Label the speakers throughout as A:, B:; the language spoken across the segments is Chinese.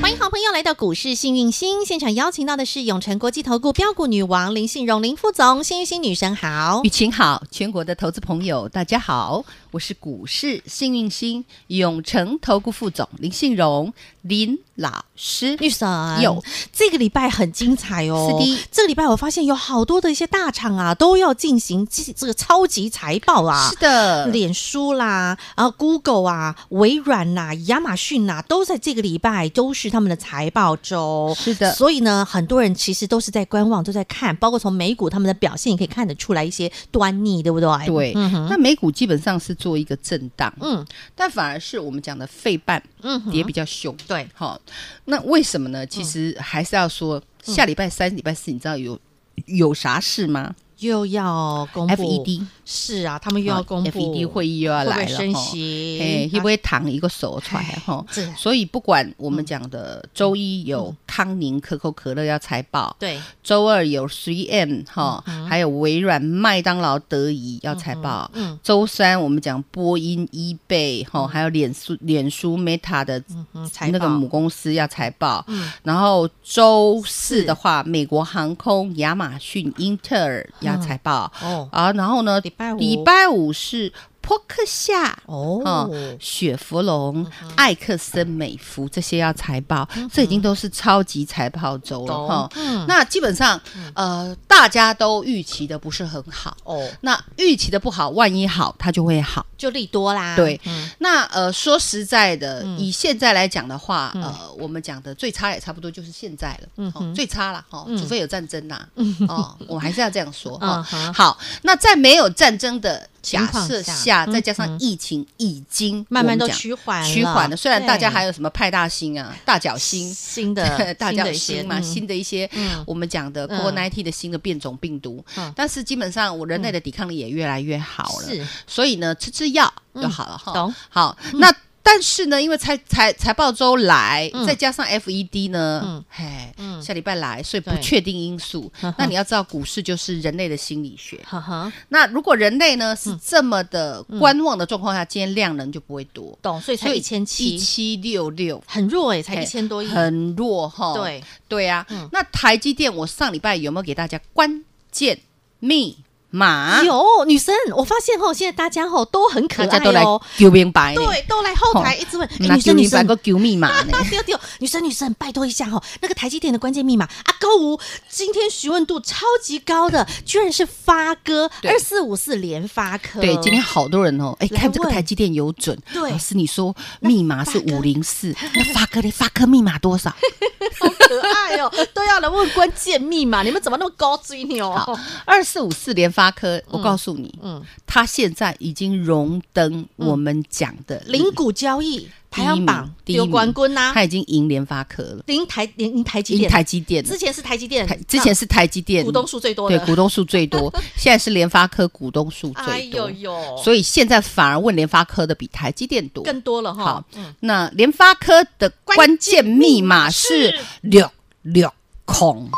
A: 欢迎好朋友来到股市幸运星现场，邀请到的是永诚国际投顾标股女王林信荣林副总，幸运星女神好
B: 雨。晴好，全国的投资朋友大家好，我是股市幸运星永诚投顾副总林信荣林老师。
A: 女神
B: 有
A: 这个礼拜很精彩哦！
B: 是的
A: 这个礼拜我发现有好多的一些大厂啊，都要进行这这个超级财报啊
B: 是，的，
A: 脸书啦，然后 Google 啊，微软呐、亚马逊呐、都在这个礼拜都是他们的财报周。
B: 是的
A: 所以呢，很多人其实都是在观望，都在看，包括从美股他们的表现，也可以看得出来一些端倪，对不对？
B: 对。
A: 嗯哼，
B: 那美股基本上是做一个震荡，
A: 嗯
B: 但反而是我们讲的费半
A: 嗯哼，
B: 跌比较凶。
A: 对，
B: 好，那为什么呢？其实还是要说，下礼拜三、礼拜四，你知道有有啥事吗 E
A: 又要公布
B: ？FED
A: 是啊，他们
B: 哦
A: 又要公布
B: FED E 会议又要
A: 会不
B: 来
A: 会
B: 了，
A: 升
B: 吼
A: 息啊
B: 哎，，会不会躺一个手出来哈
A: 这个？
B: 所以不管我们讲的周一有康宁、可口可乐要财报，
A: 嗯对，
B: 周二有 3M 哈，还有微软、麦当劳、德仪要财报。
A: 嗯
B: 周三我们讲波音、eBay 哈，还有脸书、脸书 Meta 的
A: 嗯，财报
B: 那个母公司要财报。
A: 嗯
B: 然后周四的话，美国航空、亚马逊、英特尔要财报。
A: 哦
B: 啊，然后呢，
A: 嗯礼拜五
B: 礼拜五是扑克夏。
A: 哦
B: 哦，雪佛龙、
A: 嗯
B: 艾克森美孚这些要财报，这已经都是超级财报周了
A: 懂
B: 哈。
A: 嗯
B: 那基本上，呃，大家都预期的不是很好。
A: 哦，
B: 那预期的不好，万一好，它就会好。
A: 就利多啦，
B: 对
A: 嗯
B: 那呃，说实在的，
A: 嗯
B: 以现在来讲的话，呃，我们讲的最差也差不多就是现在了，
A: 嗯
B: 哦
A: 哼、
B: 最差了哈，哦
A: 嗯
B: 除非有战争呐，哦，我们还是要这样说
A: 嗯
B: 哈。
A: 哼，
B: 好，那在没有战争的
A: 情
B: 假
A: 况
B: 设
A: 下
B: 下，
A: 嗯
B: 再加上
A: 嗯
B: 疫情已经
A: 慢慢
B: 我们
A: 都
B: 讲
A: 趋缓
B: 趋缓
A: 了
B: 了。虽然大家
A: 对
B: 还有什么派大星啊、大脚星、
A: 新的
B: 大
A: 新
B: 脚
A: 的一些
B: 星嘛，
A: 嗯
B: 新的一些
A: 嗯
B: 我们讲的
A: 嗯
B: COVID-19 的新的变种病毒
A: 嗯，
B: 但是基本上我人类的抵抗力也越来越好了，
A: 是嗯
B: 所以呢，吃吃药就好了哈。
A: 懂
B: 好，那但是呢，因为财财财报周来
A: 嗯，
B: 再加上 FED 呢
A: 嗯，
B: 嘿
A: 嗯，
B: 下礼拜来，所以不
A: 对
B: 确定因素
A: 呵呵。
B: 那你要知道，股市就是人类的心理学。
A: 呵呵，
B: 那如果人类呢
A: 嗯
B: 是这么的观望的状况下，今天量能就不会多，
A: 懂，所以才一千
B: 一
A: 七，
B: 七六六。
A: 很弱哎，才
B: 嘿
A: 一千多亿，
B: 很弱哈。
A: 对，
B: 对啊，
A: 嗯
B: 那台积电，我上礼拜有没有给大家关键密码？
A: 有女生，我发现后现在大家后都很可
B: 啊大
A: 爱
B: 家都来
A: 哦，
B: 丢明白呢，
A: 对，都来后台一直问，哎
B: 那
A: 女
B: 丢
A: 生女
B: 明白
A: 生
B: 个。丢密码 呢
A: 啊？丢丢，女生女生，拜托一下哦，那个台积电的关键密码啊，高五今天询问度超级高的，居然是发哥
B: 对
A: 二四五四连发科。
B: 对，今天好多人哦，哎，
A: 来
B: 看这个
A: 问
B: 台积电有准。
A: 对
B: 老师你说密码是五零四，那发哥嘞？发哥密码多 少？
A: 好可爱哦，都要来问关键密码，你们哦怎么那么高追牛？
B: 好二四五四联发科，我告诉你，
A: 嗯，
B: 它现在已经荣登我们讲的
A: 嗯零啊股交易排
B: 第一
A: 行
B: 名
A: 榜
B: 第一
A: 有
B: 名
A: 冠军呐，
B: 它已经赢联发科了，
A: 零台零零台积
B: 赢
A: 电，
B: 台积电了
A: 之。前是台积电
B: 台，之前是台积
A: 啊
B: 电
A: 股东数最多
B: 对
A: 的，
B: 股东数最 多，现在是联发科股东数
A: 哎
B: 最
A: 呦
B: 多，
A: 呦，
B: 所以现在反而问联发科的比台积电多。
A: 更多了哈
B: 好。
A: 嗯，
B: 那联发科的关键密码
A: 关
B: 是
A: 键密码
B: 六六孔，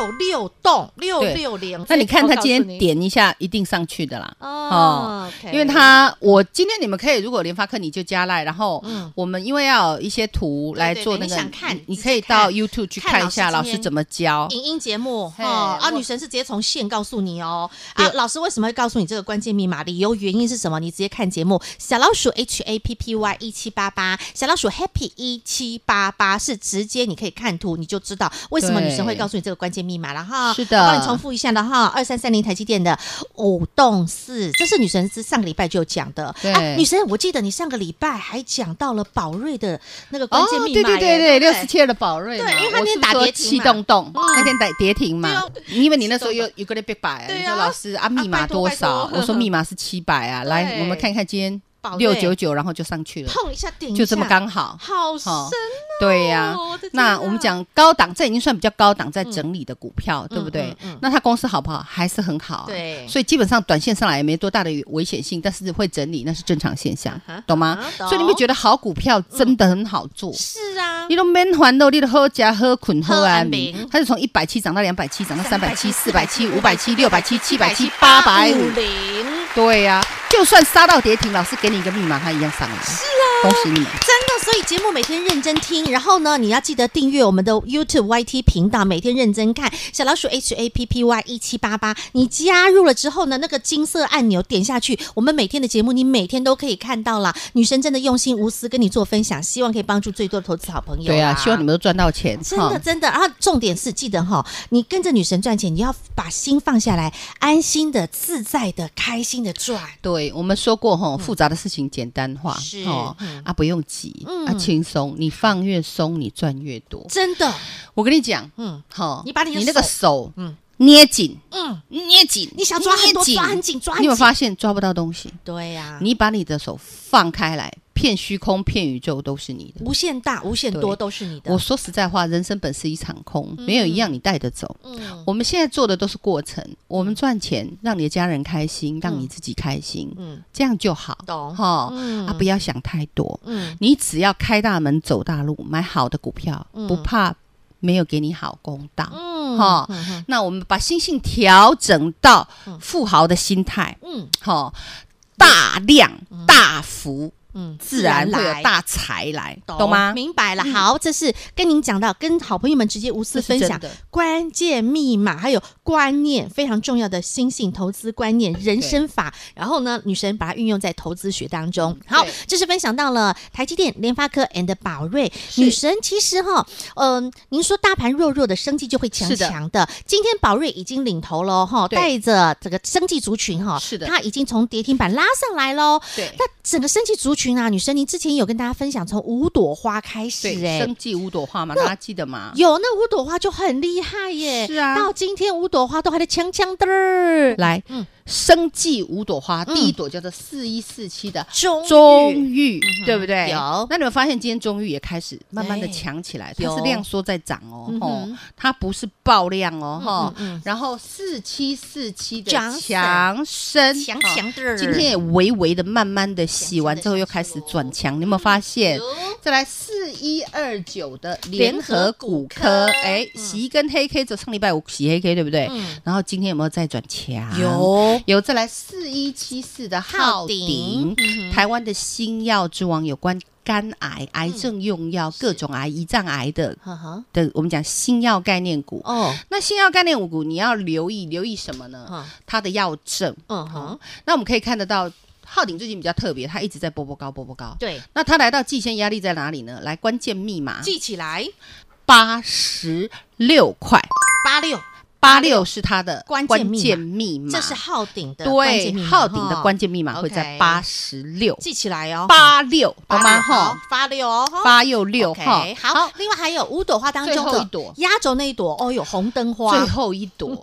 A: 六六栋六六零，
B: 那你看
A: 我
B: 它
A: 告诉
B: 今天
A: 你
B: 点一下，一定上去的啦。
A: 哦，OK
B: 因为它，我今天你们可以，如果联发科你就加赖，然后
A: 嗯
B: 我们因为要有一些图来
A: 对对
B: 做
A: 对
B: 那个，
A: 你想看
B: 你你
A: 仔细
B: 可以
A: 看
B: 到 YouTube 去
A: 看老
B: 看一
A: 师
B: 下
A: 今
B: 老师
A: 天
B: 怎么教。
A: 影音节目
B: 哦嘿
A: 哦，啊，
B: 我
A: 女神是直接从线告诉你哦。啊
B: 对，
A: 老师为什么会告诉你这个关键密码？理由原因是什么？你直接看节目，小老鼠 H A P P Y 一七八八，小老鼠 Happy 一七八八是直接你可以看图你就知道为什么
B: 对
A: 女神会告诉你这个关键密码了哈。
B: 是的
A: 我帮你重复一下了哈，二三三零台积电的五栋四，这是女神是上个礼拜就有讲的。
B: 对
A: 啊女神，我记得你上个礼拜还讲到了宝瑞的那个关键密码耶、
B: 对哦对对对，六
A: 不
B: 十七的宝瑞嘛，
A: 对因为他那天
B: 我是
A: 打
B: 说
A: 跌停
B: 气
A: 嘛
B: 动动，
A: 嗯
B: 那天打跌停嘛，因为你那时候
A: 气动
B: 有有个人被摆，
A: 对啊
B: 你说老师啊密
A: 啊
B: 码
A: 拜托
B: 多
A: 拜
B: 少？
A: 托
B: 我说密码是七百啊，来
A: 对
B: 我们看看今天。
A: 宝
B: 六九九，然后就上去了，
A: 碰一下顶一下，
B: 就这么刚好。
A: 好深哦
B: 哦！对呀、
A: 的天
B: 那
A: 哪
B: 我们讲高档，这已经算比较高档在整理的股票，对不对？
A: 嗯嗯嗯
B: 那它公司好不好？还是很好、啊。
A: 对
B: 所以基本上短线上来也没多大的危险性，但是会整理那是正常现象，
A: 啊哈
B: 懂吗？
A: 啊懂
B: 所以你会觉得好股票真的很好做。
A: 是啊，
B: 你都免烦恼，你都好加喝困喝安
A: 好安
B: 眠
A: 眠，
B: 它就从一百七涨到两百七，涨到三百七、四百七、五百七、六百七、七百七、八百五
A: 850。零。
B: 对呀、就算杀到跌停，老师给你一个密码，它一样上来。是啊，恭喜你们。
A: 真的，所以节目每天认真听，然后呢，你要记得订阅我们的 YouTube YT 频道，每天认真看小老鼠 H A P P Y 一七八八。你加入了之后呢，那个金色按钮点下去，我们每天的节目你每天都可以看到啦。女生真的用心无私跟你做分享，希望可以帮助最多的投资好朋友。啊
B: 对呀、希望你们都赚到钱。
A: 真的
B: 哈
A: 真的，然后重点是记得哈，你跟着女神赚钱，你要把心放下来，安心的、自在的、开心的赚。
B: 对，我们说过吼，复杂的事情简单化，
A: 嗯是
B: 哦
A: 嗯
B: 啊，不用急，
A: 嗯
B: 啊，轻松，你放越松，你赚越多。
A: 真的，
B: 我跟你讲，
A: 嗯
B: 好，
A: 你把你的
B: 你那个手，
A: 嗯
B: 捏紧，
A: 嗯，
B: 捏紧，
A: 你想抓很多，
B: 捏紧
A: 抓很紧，抓很
B: 你
A: 紧。
B: 有没有发现抓不到东西？
A: 对呀、
B: 你把你的手放开来，骗虚空，骗宇宙都是你的。
A: 无限大、无限多
B: 对
A: 都是你的。
B: 我说实在话，人生本是一场空，没有一样你带得走。
A: 嗯
B: 我们现在做的都是过程，我们赚钱，让你的家人开心，让你自己开心，
A: 嗯，
B: 这样就好。
A: 懂
B: 哈
A: 嗯
B: 啊，不要想太多，
A: 嗯，
B: 你只要开大门走大路，买好的股票，
A: 嗯
B: 不怕没有给你好公道。
A: 嗯
B: 哈
A: 嗯哼
B: 那我们把心性调整到富豪的心态，
A: 嗯
B: 哈，大量大幅，
A: 嗯，
B: 自然会有
A: 来。
B: 大财来，懂吗？
A: 明白了。好，这是跟您讲到，跟好朋友们直接无私
B: 这是
A: 分
B: 真
A: 享
B: 的
A: 关键密码，还有观念非常重要的心性投资观念、人生法。然后呢，女神把它运用在投资学当中。好
B: 嗯对，
A: 这是分享到了台积电、联发科 and 宝瑞。
B: 是
A: 女神其实哈，嗯、您说大盘弱弱的，生计就会强
B: 是的
A: 强的。今天宝瑞已经领头了哈，
B: 对
A: 带着这个生计族群哈，
B: 是的
A: 它已经从跌停板拉上来喽。
B: 对
A: 那整个升级族群啊，女生，您之前有跟大家分享从五朵花开始、
B: 对，
A: 欸，
B: 生计五朵花嘛，大家记得吗？
A: 有那五朵花就很厉害耶、
B: 是啊
A: 到今天五朵花都还在锵锵的儿，
B: 来
A: 嗯，
B: 生计五朵花，
A: 嗯
B: 第一朵叫做四一四七的
A: 终于
B: 中玉，对不对？
A: 有
B: 那你们发现今天中玉也开始慢慢的强起来，它
A: 有
B: 是量缩在涨哦
A: 嗯，
B: 吼
A: 哼，
B: 它不是爆量哦，吼
A: 嗯嗯。
B: 然后四七四七的
A: 强森
B: 强生，
A: 强
B: 哦
A: 强的儿，
B: 今天也微微的、慢慢的洗完
A: 强强地
B: 之后又开始转强，你有没有发现
A: 有？
B: 再来四一二九的
A: 联
B: 联
A: 合
B: 合
A: 骨
B: 骨
A: 科
B: 科，哎，洗一根黑 K，走上礼拜五洗黑 K，对不对
A: 嗯？
B: 然后今天有没有再转强？
A: 有
B: 有，再来四一七四的
A: 浩
B: 浩
A: 鼎
B: 鼎，
A: 嗯
B: 台湾的新药之王，有关肝癌、癌症用药、各种癌、胰脏癌的
A: 呵呵
B: 的，我们讲新药概念股。
A: 哦，
B: 那新药概念股你要留意，留意什么呢？
A: 嗯
B: 它的药证，
A: 嗯哼，
B: 那我们可以看得到，浩鼎最近比较特别，它一直在波波高，波波高。
A: 对，
B: 那它来到季线压力在哪里呢？来，关键密码
A: 记起来
B: 八十六块，
A: 八六，
B: 八六是它的
A: 关键密码
B: 键密码，
A: 这是浩鼎的关键密
B: 对
A: 码
B: 浩鼎的
A: 哈
B: 关键密码会在
A: OK
B: 八十六
A: 记起来哦，
B: 八六，
A: 八
B: 懂
A: 六
B: 吗？
A: 好
B: 哈，，
A: 八六哦，哈
B: 八又六
A: OK，
B: 哈，
A: 好，另外还有五朵花当中
B: 最后
A: 的
B: 一朵
A: 压轴那一朵，哦，有红灯花
B: 最，后一 朵，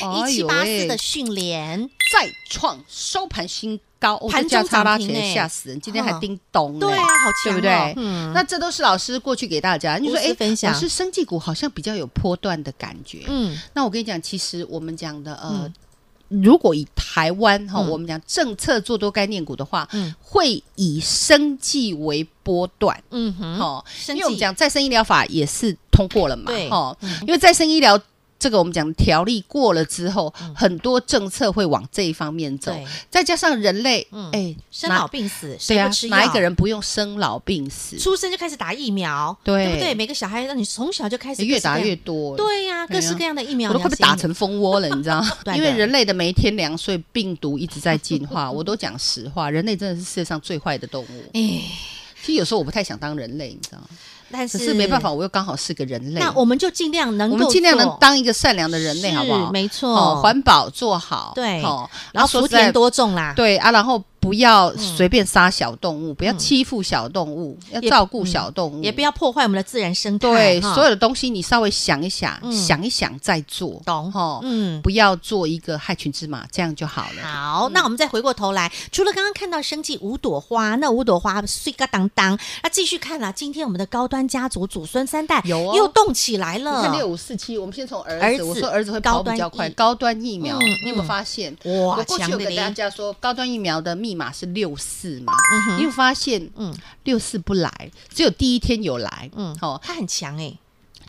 B: 哈
A: 一七八
B: 哎呦
A: 四
B: 喂
A: 的训练，
B: 再创收盘新高，哦
A: 盘
B: 这价
A: 中
B: 差拉
A: 涨
B: 起
A: 停
B: 来
A: 欸
B: 吓死人，今天还
A: 嗯
B: 叮咚呢，
A: 对啊，好强、哦，
B: 对不对？
A: 嗯，
B: 那这都是老师过去给大家，你说
A: 无私
B: 哎，
A: 分享
B: 老师生技股好像比较有波段的感觉。
A: 嗯
B: 那我跟你讲，其实我们讲的呃
A: 嗯，
B: 如果以台湾哈，
A: 嗯
B: 我们讲政策做多概念股的话
A: 嗯，
B: 会以生技为波段
A: 嗯哼，
B: 哦，
A: 生
B: 因
A: 技
B: 为我们讲再生医疗法也是通过了嘛
A: 对，嗯
B: 哦，因为再生医疗。这个我们讲条例过了之后，很多政策会往这一方面走
A: 嗯对，
B: 再加上人类，
A: 嗯
B: 哎，
A: 生
B: 哪
A: 老病死，
B: 对
A: 谁
B: 啊
A: 不吃，药？
B: 哪一个人不用生老病死？
A: 出生就开始打疫苗，
B: 对哎
A: 对不对？每个小孩让你从小就开始
B: 越打
A: 各式各
B: 越
A: 样
B: 多，
A: 对呀、
B: 对
A: 各
B: 啊
A: 式各样的疫苗，
B: 我都
A: 你
B: 快
A: 要
B: 被
A: 吃疫苗
B: 打成蜂窝了，你知 道
A: 对？的
B: 因为人类的没天良，所以病毒一直在进化。我都讲实话，人类真的是世界上最坏的动物。
A: 哎，
B: 其实有时候我不太想当人类，你知道吗？
A: 但
B: 可
A: 是
B: 是没办法，，我又刚好是个人类。
A: 那我们就尽量能够
B: 我
A: 做，
B: 们尽量能当一个善良的人类，
A: 是
B: 好不好？
A: 没错
B: 哦环保做好，
A: 对
B: 哦，
A: 然后
B: 说
A: 福
B: 实在
A: 田多种啦，
B: 对啊，然后不要随便杀小动物，不要欺负小动物，要
A: 也
B: 照顾小动物，
A: 也不要破坏我们的自然生态。
B: 对
A: 哈
B: 所有的东西，你稍微想一想，
A: 嗯
B: 想一想再做，
A: 懂
B: 吼
A: 嗯。
B: 不要做一个害群之马，这样就好了。
A: 好，那我们再回过头来，除了刚刚看到生计五朵花，那五朵花碎个当当，那继续看啦。今天我们的高端家族祖孙三代
B: 有哦
A: 又动起来
B: 你看六
A: 了，
B: 五四七，我们先从儿
A: 儿
B: 子，我
A: 子
B: 说儿子会
A: 高
B: 跑比
A: 端
B: 较快，
A: 疫
B: 高端疫苗，
A: 嗯
B: 你有没有
A: 嗯
B: 发现？
A: 哇
B: 我过去有
A: 强的
B: 给大
A: 嘞
B: 家说，高端疫苗的密码是六四嘛，你有发现，
A: 嗯
B: 嗯，六四不来，只有第一天有来，
A: 嗯
B: 嗯，哦，
A: 他很强哎、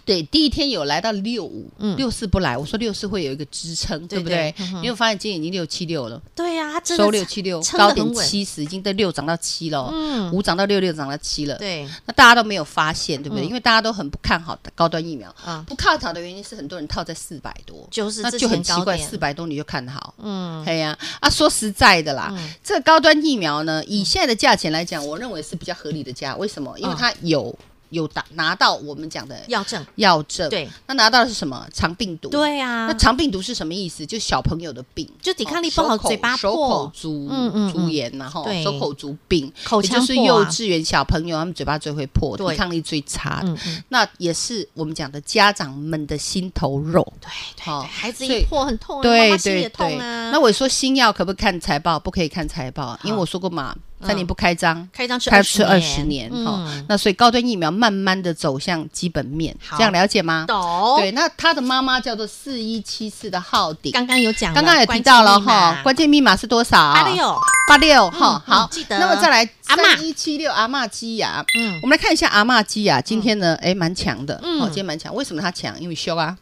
B: 对，第一天有来到六五
A: 嗯，
B: 六四不来，我说六四会有一个支撑，对不
A: 对
B: 对？你有发现今天已经六七六了，
A: 对呀、啊，他真的
B: 收六七六，
A: 撑
B: 高
A: 得
B: 点
A: 很稳
B: 七十，已经在六涨到七了哦，
A: 嗯，
B: 五涨到六，六涨到七了，
A: 对，
B: 那大家都没有发现，对不对？
A: 嗯
B: 因为大家都很不看好高端疫苗，
A: 啊，
B: 不看好的原因是很多人套在四百多，
A: 就是
B: 那
A: 之
B: 就很
A: 前
B: 奇
A: 高
B: 怪，
A: 点
B: 四百多你就看好。
A: 嗯，
B: 哎呀，啊，说实在的啦，这个高端疫苗呢，以现在的价钱来讲，我认为是比较合理的价。为什么？因为
A: 嗯
B: 它有有打拿到我们讲的
A: 要正，
B: 药证，
A: 对，
B: 那拿到的是什么？肠病毒。、
A: 对啊，
B: 那肠病毒是什么意思？就小朋友的病，
A: 就抵
B: 抵
A: 抗力不好，嘴巴
B: 手口
A: 破，
B: 足
A: 嗯嗯嗯
B: 足炎然后
A: 对
B: 手口足病，
A: 口
B: 也
A: 腔
B: 就是
A: 破
B: 幼
A: 啊
B: 稚园小朋友他们嘴巴最会破，
A: 对
B: 抵抗力最差的。
A: 嗯嗯，
B: 那也是我们讲的家长们的心头肉。
A: 对对
B: 好
A: 对，孩子
B: 所
A: 一
B: 以
A: 破很痛啊，妈
B: 对
A: 妈心
B: 对
A: 也
B: 哦对
A: 痛，啊。
B: 那我说新药可不可以看财报？不可以看财报，啊因为我说过嘛，三年不开张，
A: 开嗯张吃
B: 开
A: 20
B: 吃二十年哈。
A: 嗯，
B: 那所以高端疫苗慢慢的走向基本面，
A: 好
B: 这样了解吗？
A: 懂。
B: 对，那他的妈妈叫做四一七四的浩鼎，
A: 刚刚有讲了，
B: 刚刚也提到了哈，
A: 啊关
B: 关键密码是多少？
A: 八六，
B: 八六哈，
A: 嗯
B: 好，
A: 记得
B: 那么再来
A: 阿嬷
B: 三一七六阿嬷基亚，
A: 嗯
B: 我们来看一下阿嬷基亚，今天呢，哎，蛮强的，
A: 嗯
B: 哦，今天蛮强，为什么它强？因为 修啊，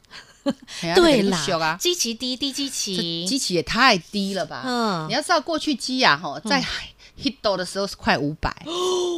B: 哎呀
A: 对
B: 它肯定修
A: 啦
B: 啊，，
A: 基期低，低基
B: 这啊
A: 期，
B: 基期也太低了吧？
A: 嗯
B: 你，要知道过去基亚哈在 hit 的时候是快五百，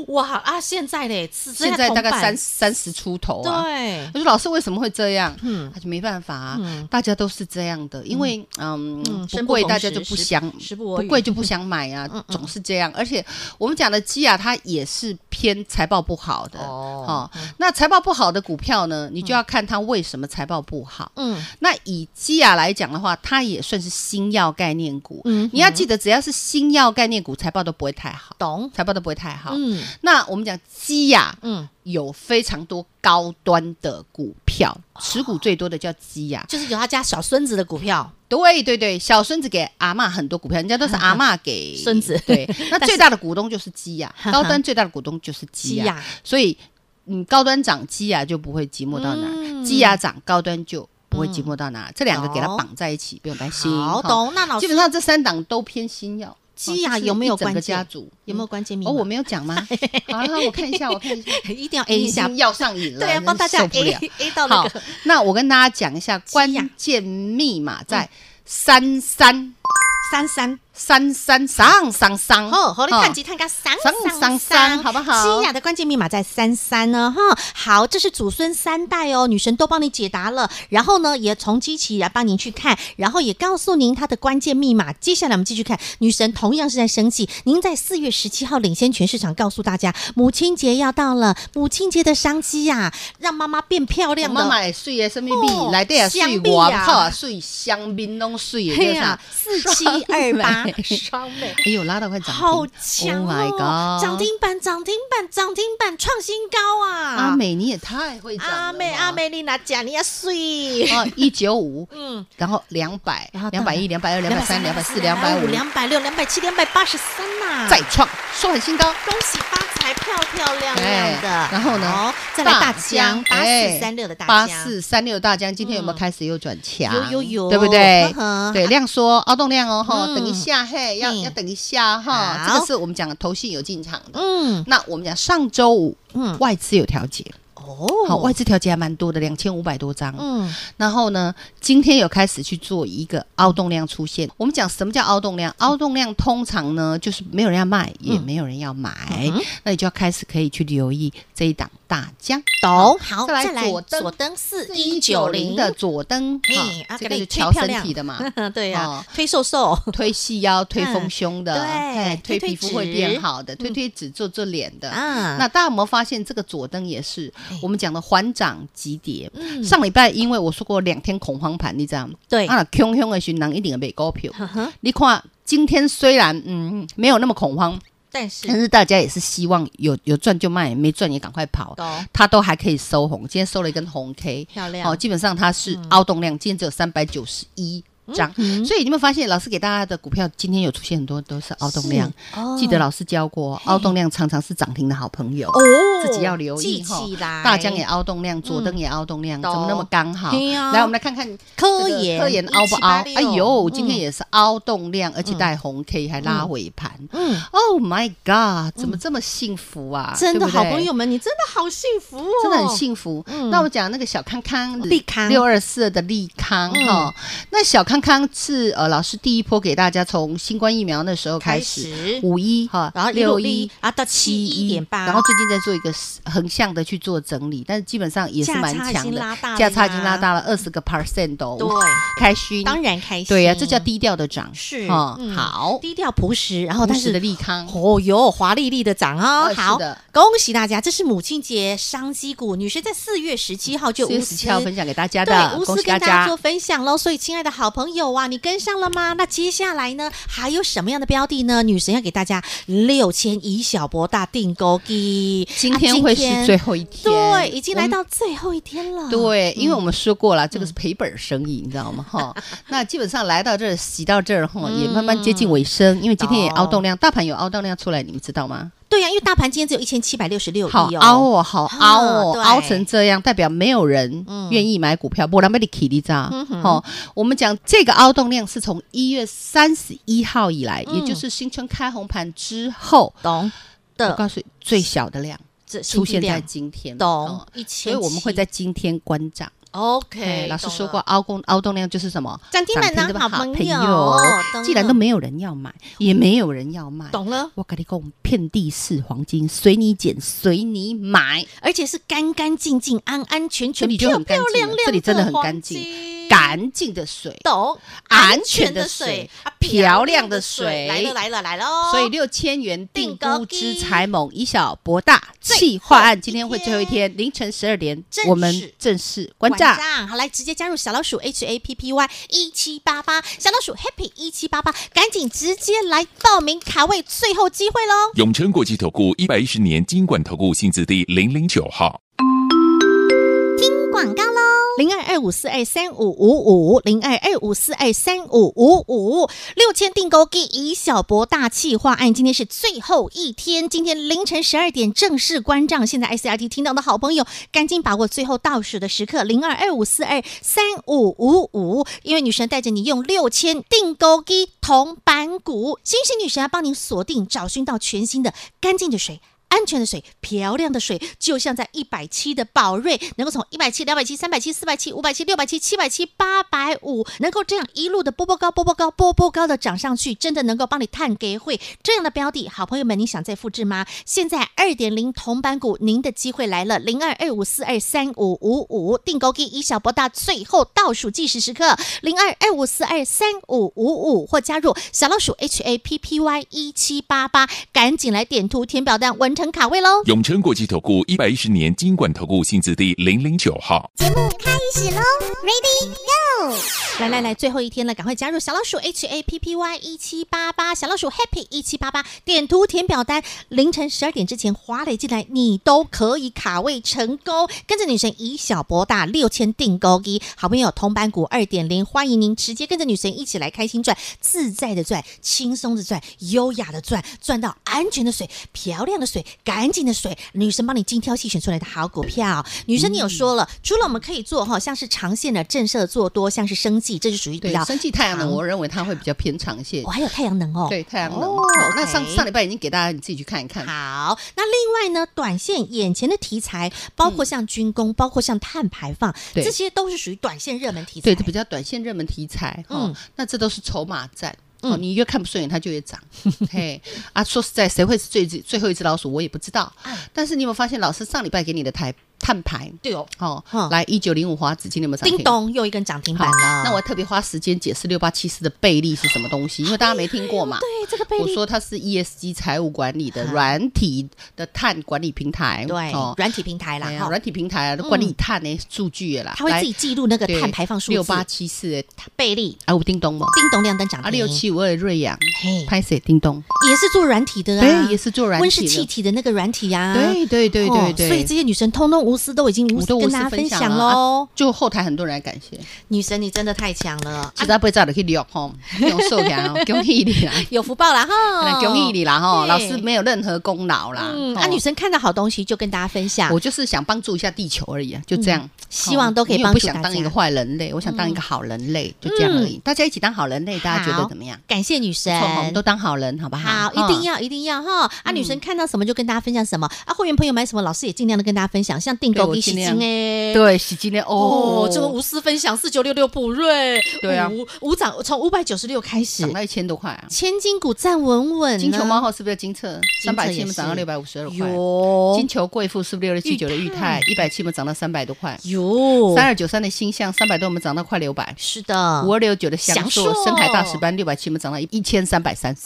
A: 哇啊，现在嘞，只剩
B: 现
A: 下
B: 在大概
A: 铜板
B: 三三十出头啊。
A: 对，
B: 我说老师为什么会这样？
A: 嗯
B: 嗯，他就没办法啊
A: 嗯，
B: 大家都是这样的，因为嗯
A: 生
B: 不贵
A: 逢
B: 大家
A: 时
B: 就不
A: 食
B: 想
A: 食不嗯
B: 不
A: 我与
B: 贵就 不想买啊，总是这样。而且我们讲的基亚，它也是偏财报不好的
A: 哦
B: 哦。那财报不好的股票呢，你就要看它为什么财报不好。
A: 嗯
B: 那以基亚来讲的话，它也算是新药概念股。
A: 嗯
B: 你要记得，只要是新药概念股，财报都不会太好，
A: 懂，
B: 财报都不会太好。
A: 嗯
B: 那我们讲基亚
A: 嗯，
B: 有非常多高端的股票，
A: 哦
B: 持股最多的叫啊基亚。
A: 就是有他家小孙子的股票，
B: 对对对，小孙子给阿嬷很多股票，人 家都是阿嬷给
A: 孙子
B: 对，那最大的股东就是基亚，高端最大的股东就是基
A: 基
B: 亚，
A: 亚，
B: 所以嗯，高端涨基亚就不会寂寞到
A: 嗯
B: 哪，基亚涨高端就不会寂寞到哪，这两个给它绑在一起，不用担心。
A: 好
B: 哈。
A: 懂。那老
B: 基
A: 师，
B: 本上这三档都偏新药。
A: 基亚
B: 哦就是
A: 有没有
B: 一整
A: 关
B: 个
A: 键
B: 家族？
A: 有没有关键密
B: 哦，
A: 码
B: 我没有 讲吗？好了，我看一下，我看一下。
A: 一定要 A
B: 你
A: 一
B: 已
A: 下
B: 经，要上瘾了，
A: 对啊，帮大家
B: 真受不了
A: A A 到那
B: 好
A: 个，
B: 那我跟大家讲一下关键密码
A: 嗯
B: 在三三
A: 三三，
B: 三三上上上。
A: 哦，好，你看
B: 哦
A: 吉看个三
B: 三
A: 三
B: 三
A: 三，
B: 三好不好
A: 基亚的关键密码在三三呢，哈，好，这是祖孙三代哦，女神都帮你解答了，然后呢，也从基期来帮您去看，然后也告诉您它的关键密码。接下来我们继续看，女神同样是在生气，您在四月十七号领先全市场告诉大家，母亲节要到了，母亲节的商机呀、让妈妈变漂
B: 我
A: 亮
B: 妈
A: 的。
B: 妈也水的，什么
A: 哦
B: 米来底也
A: 香
B: 水，
A: 蜜
B: 外
A: 啊
B: 口也水，香槟拢水的，
A: 对
B: 叫啥
A: 呀，？四七二八
B: 双美
A: 双美，
B: 哎呦，拉到快涨停，
A: 好强
B: Oh my
A: 哦！
B: god！
A: 涨停板，涨停板，涨停板，创新高啊！
B: 阿美，你也太会涨了
A: 阿妹
B: 嘛
A: 阿妹，你拿奖你要睡。
B: 哦，一九五，
A: 嗯，
B: 然后两百
A: 然后，
B: 两百一，两百二，两百三，两百四，两百五，
A: 两百六、两百七、两百八十三呐！
B: 再创收盘新高。
A: 恭喜发财，漂漂亮亮的。
B: 哎然后呢
A: 好？再来大江八四
B: 哎
A: 三六的大
B: 八
A: 江，
B: 四三六大江，今天有没有
A: 嗯
B: 开始又转强？
A: 有有有
B: 对不对
A: 呵呵？
B: 对，量缩，凹动量哦，哈，
A: 嗯
B: 等一下嘿，要
A: 嗯
B: 要等一下哈，
A: 好
B: 这个是我们讲的投信有进场的。
A: 嗯
B: 那我们讲上周五
A: 嗯
B: 外资有调节，
A: 哦，
B: 好，外资调节还蛮多的，两千五百多张。
A: 嗯
B: 然后呢，今天有开始去做一个凹动量出现。我们讲什么叫凹动量？凹动量通常呢，就是没有人要卖，也
A: 嗯
B: 没有人要买，那你就要开始可以去留意这一档大江。
A: 懂好，
B: 再来
A: 再来
B: 左灯
A: 左灯四
B: 一
A: 一
B: 九
A: 九
B: 零
A: 零
B: 的，左灯，
A: 嘿，
B: 好
A: 啊给
B: 这个
A: 你
B: 就
A: 推
B: 调
A: 漂
B: 身
A: 亮
B: 体的嘛，
A: 对呀
B: 哦，
A: 推瘦瘦，
B: 推细腰、推丰胸的，
A: 嗯对
B: 嘿推
A: 推
B: 皮肤会
A: 脂
B: 变好的，推推脂、做做脸的。
A: 啊 哎
B: 那大家有没有发现，这个左灯也是我们讲的缓涨急跌？
A: 嗯
B: 上礼拜因为我说过两天恐慌盘，你知道吗？
A: 对嗯
B: 啊，那汹汹的寻人一定会买股票。
A: 呵呵
B: 你看今天虽然嗯没有那么恐慌，
A: 但
B: 但
A: 是
B: 是大家也是希望有有赚就卖，没赚也赶快跑，
A: 懂
B: 它都还可以收红。今天收了一根红 K，
A: 漂亮
B: 哦好、基本上它是
A: 嗯
B: 凹动量，今天只有三百九十一。张，所以你有没有发现，老师给大家的股票今天有出现很多都是凹动量？
A: 哦
B: 记得老师教过，凹动量常常是涨停的好朋友。
A: 哦，
B: 自己要留意
A: 记
B: 哈
A: 起来，
B: 大疆也凹动量，左灯也凹动量，
A: 嗯
B: 怎么那么刚好？
A: 对啊
B: 来，我们来看看
A: 科研
B: 科研凹不凹？哎
A: 1786
B: 呦，今天
A: 哦嗯
B: 也是凹动量，而且带红 K 还拉尾盘。
A: 嗯。
B: Oh my god！怎么这么幸福啊？
A: 真的
B: 对不对
A: 好朋友们，你真的好幸福哦，
B: 真的很幸福。
A: 嗯
B: 那我讲那个小康康，
A: 利康
B: 六二四的利康
A: 嗯
B: 哈，那小康康是呃老师第一波给大家从新冠疫苗那时候开始，
A: 始，
B: 五一哈，
A: 然后六一啊到七
B: 七
A: 一点八，
B: 然后最近在做一个横向的去做整理，但是基本上也是
A: 价
B: 蛮
A: 差已
B: 强
A: 经
B: 的
A: 拉大了，
B: 价差已经拉
A: 呀
B: 大了二十个 percent 哦，
A: 对，
B: 开心，
A: 当然开心，
B: 对啊呀，这叫低调的涨，
A: 是
B: 哦
A: 嗯，
B: 好，
A: 低调朴实，然后
B: 务
A: 但
B: 实的
A: 是。
B: 利康，
A: 哦哟，华丽丽的涨哦，
B: 呃
A: 好
B: 是的，
A: 恭喜大家！这是母亲节商机股，女生在四月十七号就
B: 四月
A: 无
B: 十
A: 私
B: 七号分享给大家
A: 对，
B: 的
A: 无，
B: 恭
A: 私
B: 喜大
A: 跟大家啊
B: 家
A: 做。分享喽。所以，亲爱的好朋友啊，你跟上了吗？那接下来呢，还有什么样的标的呢？女神要给大家六千以小博大订购机，
B: 今
A: 啊
B: 天会是最后一天，
A: 对，已经
B: 我
A: 来
B: 们
A: 到最后一天了。
B: 对，因为我们
A: 嗯
B: 说过了，这个是赔本生意，你知道吗？哈，那基本上来到这儿，洗到这儿哈，也慢
A: 嗯
B: 慢接近尾声，因为今天也凹动量，大盘有凹动量出来，你们知道吗？
A: 对啊呀、因为大盘今天只有一千七百六十六
B: 好
A: 亿
B: 凹
A: 哦。
B: 哦，好凹
A: 啊
B: 哦，
A: 对
B: 凹成这样，代表没有人
A: 嗯
B: 愿意买股票，不然被你起你渣。哦，我们讲这个凹动量是从一月三十一号以来，
A: 嗯
B: 也就是新春开红盘之后，
A: 懂
B: 我
A: 的，
B: 告诉你最小的量
A: 这信
B: 出
A: 息
B: 现在
A: 嗯量
B: 今天，
A: 懂
B: 哦
A: 一
B: 所
A: 千，
B: 以我们会在今天关涨。哎
A: OK。
B: 老师
A: 懂
B: 说
A: 了
B: 过，，凹工凹动量就是什么？
A: 涨停板
B: 涨
A: 呢
B: 停，的
A: 好
B: 好
A: 啊朋
B: 朋
A: 友
B: 友，
A: 懂
B: 既然
A: 了
B: 都没有人要买，也没有人要卖，
A: 懂了，
B: 我跟你讲，遍地是黄金，随你捡，随你买，
A: 而且是干干净净、安安全
B: 这
A: 全、
B: 里就
A: 漂
B: 很
A: 漂
B: 干净
A: 亮
B: 了
A: 亮，
B: 这里真的很干净，
A: 净
B: 干净的水，
A: 懂
B: 安全的水
A: 啊，
B: 漂亮的水
A: 来了来了来了哦，
B: 所以六千元
A: 定
B: 定
A: 高
B: 估之
A: 低
B: 财猛，以小博大，企划案今天会最后一天凌晨十二点
A: 正，
B: 我们
A: 式
B: 正式关账。
A: 好来直接加入小老鼠 H A P P Y 一七八八，小老鼠 Happy 一七八八，赶紧直接来报名卡位，最后机会喽！
C: 永诚国际投顾一百一十年金管投顾性质第零零九号。
A: 广告喽，零二二五四二三五五五，零二二五四二三五五五，六千订购给以小博大气化案，今天是最后一天，今天凌晨十二点正式关账。现在 ICRT 听到的好朋友，赶紧把握最后倒数的时刻，零二二五四二三五五五，因为女神带着你用六千订购给铜板股，星星女神要帮您锁定，找寻到全新的干净的水。安全的水，漂亮的水，就像在一百七的宝瑞，能够从一百七、两百七、三百七、四百七、五百七、六百七、七百七、八百五，能够这样一路的波波高、波波高、波波高的涨上去，真的能够帮你探给会这样的标的，好朋友们，你想再复制吗？现在二点零铜板股，您的机会来了，零二二五四二三五五五，订购给以小博大，最后倒数计时时刻，零二二五四二三五五五，或加入小老鼠 H A P P Y 一七八八，赶紧来点图填表单，完成卡位喽！
C: 永诚国际投顾一百一十年金管投顾性质第零零九号。
A: 来来来，最后一天了，赶快加入小老鼠 H A P P Y 一七八八，小老鼠 Happy 一七八八，点图填表单，凌晨十二点之前划雷进来，你都可以卡位成功，跟着女神以小博大，六千定高一，好朋友铜板股二点零，欢迎您直接跟着女神一起来开心赚，自在的赚，轻松的赚，优雅的赚，赚到安全的水，漂亮的水，干净的水，女神帮你精挑细选出来的好股票。女神你有说了，除了我们可以做哈，像是长线的震慑做多，像是生计，这是属于比
B: 对
A: 较，
B: 生气太阳能，
A: 长
B: 我认为它会比较偏长线
A: 我、。还有太阳能哦。
B: 对太阳能，
A: 哦
B: 哦那上
A: OK
B: 上礼拜已经给大家，你自己去看一看。
A: 好，那另外呢，短线眼前的题材，包括像军工，包括像碳排放，
B: 嗯对
A: 这些都是属于短线热门题材。
B: 对，这比较短线热门题材哈、
A: 嗯
B: 那这都是筹码战。哦，
A: 嗯
B: 你越看不顺眼，它就越涨。嘿，啊，说实在，谁会是最最后一只老鼠？我也不知道。但是你有没有发现，老师上礼拜给你的台碳排
A: 哎对哦，
B: 哦
A: 嗯，
B: 来一九零五华指今天有没有涨停
A: 叮咚，又一根涨停
B: 好
A: 板了。
B: 那我特别花时间解释六八七四的贝利是什么东西，因为大家没听过嘛。
A: 哎对哦这个贝
B: 我
A: 利，
B: 说它是 ESG 财务管理的
A: 啊
B: 软体的碳管理平台，
A: 对
B: 哦，
A: 软体平台啦
B: 哎，呀
A: 哈嗯
B: 软体平台啊，管理碳的数据的啦，
A: 它会自己记录那个
B: 来
A: 碳排放数字。
B: 六八七四的
A: 贝利，
B: 啊，有叮咚吗？
A: 叮咚亮灯涨
B: 啊，
A: 停，
B: 六七五二的瑞阳
A: 嘿，
B: 拍谁叮咚？
A: 也是做软体的嗯啊，
B: 对，也是做软
A: 温
B: 体
A: 室
B: 的，
A: 气体的那个软体呀。
B: 对对对对
A: 哦所以
B: 对。
A: 这些女神通通无私都已经无
B: 我
A: 私
B: 都
A: 跟
B: 无私
A: 大家分
B: 分享
A: 享啊
B: 了啊
A: 喽。
B: 就后台很多人来感谢，
A: 女神，你真的太强了，啊
B: 其他不会早的去聊吼，用受奖 哦，恭喜你啦，哎
A: 有福报啦哈！
B: 恭喜你啦吼，
A: 哦对
B: 老师没有任何功劳啦。
A: 嗯，
B: 吼
A: 啊，女生看到好东西就跟大家分享
B: 我，就是想帮助一下地球而已啊，就这样。
A: 嗯希望都可以
B: 因为
A: 帮
B: 我不
A: 助
B: 想
A: 大
B: 当一
A: 家。
B: 个
A: 嗯
B: 坏人类，我想当一个好人类，就这样而已。大家一起当好人类，大家觉
A: 好
B: 得怎么样？
A: 感谢女
B: 不
A: 神
B: 错，我们都嗯当好人，好不好？哦
A: 好，一定
B: 要。
A: 要一定要哈！啊，女神看到什么就跟大家分享什么啊，会员朋友买什么，老师也尽量的跟大家分享，像订
B: 对
A: 购
B: 我
A: 给洗
B: 尽量
A: 金哎，
B: 对，喜今天哦
A: 哦，，这个无私分享四九六六普瑞，
B: 对啊
A: 五五涨从五百九十六开始
B: 涨，到一千多块啊！
A: 千金股站稳稳呢，
B: 金球猫后是不是金策？
A: 金
B: 三
A: 策
B: 百
A: 也是
B: 七有没有涨到六百五十二块。
A: 有
B: 金球贵妇是不是六六七九的裕泰？一百七有没有涨到三百多块？
A: 有
B: 三二九三的星象三百多，我们涨到快六百。
A: 是的，
B: 五二六九的
A: 啊翔
B: 翔
A: 硕
B: 硕深海大石斑六百七，我们涨到一千三百三十。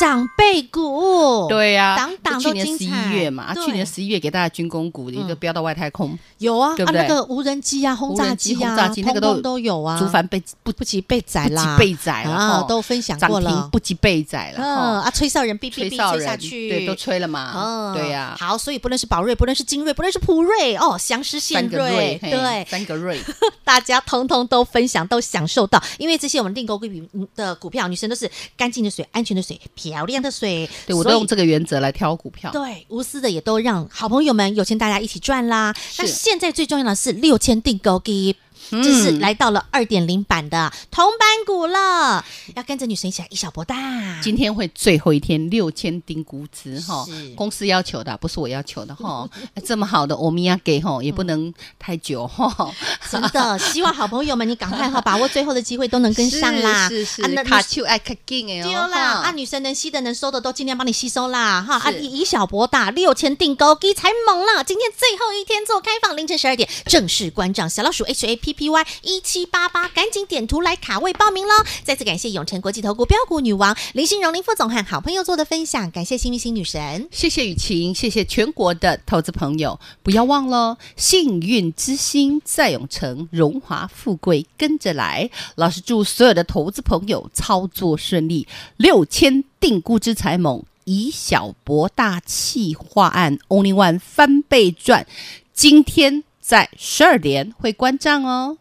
A: 长辈股，
B: 对呀、
A: 档档
B: 去
A: 都
B: 年
A: 精
B: 十
A: 彩
B: 一月嘛，啊
A: 对嗯
B: 去年十一月给大家军工股一个飙到外太空，
A: 有啊，
B: 对不
A: 啊
B: 对
A: 那个无人机啊，轰
B: 无
A: 炸
B: 人机
A: 机啊，
B: 轰炸机那个
A: 通
B: 都
A: 通都有啊，
B: 竹凡被不
A: 不及被宰啦，
B: 不及被宰了
A: 啊，
B: 吼
A: 都分享
B: 涨
A: 过
B: 停
A: 了，
B: 不及被宰
A: 嗯
B: 了，吼
A: 啊，吹哨人哔哔
B: 吹
A: 哔
B: 哨
A: 吹下
B: 人
A: 去，
B: 对都吹了嘛，
A: 嗯，
B: 对呀，
A: 好，所以不论是宝瑞，不论是精锐，不论是普瑞，哦，祥狮信
B: 三个
A: 瑞
B: 瑞，，嘿
A: 对，
B: 三个瑞，
A: 大家通通都分享，都享受到，因为这些我们订购股嗯的股票，女生都是干净的水、安全的水、漂亮的水，
B: 对我都
A: 所以
B: 用这个原则来挑股票，
A: 对，无私的也都让好朋友们有钱大家一起赚啦。那
B: 是
A: 现在最重要的是六千订购给。这是来到了二点零版的铜板股了，要跟着女神一起来一小博大。
B: 今天啊会最后一天六千顶估值哈
A: 是，
B: 公司要求的，不是我要求的 哈。哎这么好的欧米亚给哈，也不能太久哈。
A: 真的，希望好朋友们你赶快哈，把握最后的机会都能跟上啦。
B: 是是
A: 啊那
B: 是，卡丘爱卡金哎
A: 丢
B: 哦
A: 啦，
B: 哈
A: 啊，女神能吸的能收的都尽量帮你吸收啦，哈，啊，
B: 是
A: 以以小博大，六千订购给才猛啦！今天最后一天做开放，凌晨十二点正式关账，小老鼠 H A P P Y 一七八八，赶紧点图来卡位报名喽！再次感谢永诚国际投顾标股女王林心荣林副总和好朋友做的分享，感谢幸运星女神。
B: 谢谢雨晴，谢谢全国的投资朋友，不要忘了，幸运之星在永城，荣华富贵跟着来。老师祝所有的投资朋友操作顺利，六千定估之财猛，以小博大气化案，Only One 翻倍赚。今天在十二点会关账哦。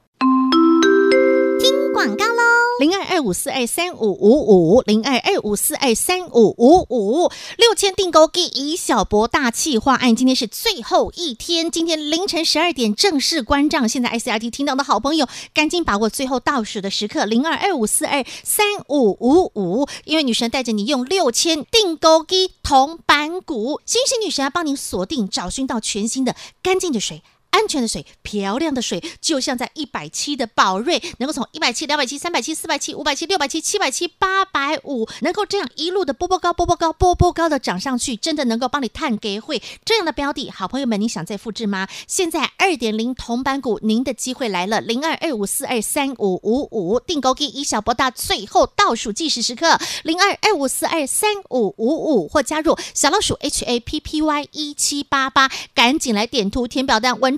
A: 广告喽，零二二五四二三五五五，零二二五四二三五五五，六千订购给以小博大气化案，今天是最后一天，今天凌晨十二点正式关账。现在 ICRT 听到的好朋友，赶紧把握最后倒数的时刻，零二二五四二三五五五，因为女神带着你用六千订购给铜板股，星星女神要帮您锁定，找寻到全新的干净的水。安全的水，漂亮的水，就像在一百七的宝瑞，能够从一百七、两百七、三百七、四百七、五百七、六百七、七百七、八百五，能够这样一路的波波高、波波高、波波高的涨上去，真的能够帮你探给会这样的标的，好朋友们，你想再复制吗？现在二点零铜板股，您的机会来了，零二二五四二三五五五，定购给以小博大，最后倒数计时时刻，零二二五四二三五五五，或加入小老鼠 H A P P Y 一七八八，赶紧来点图填表单，完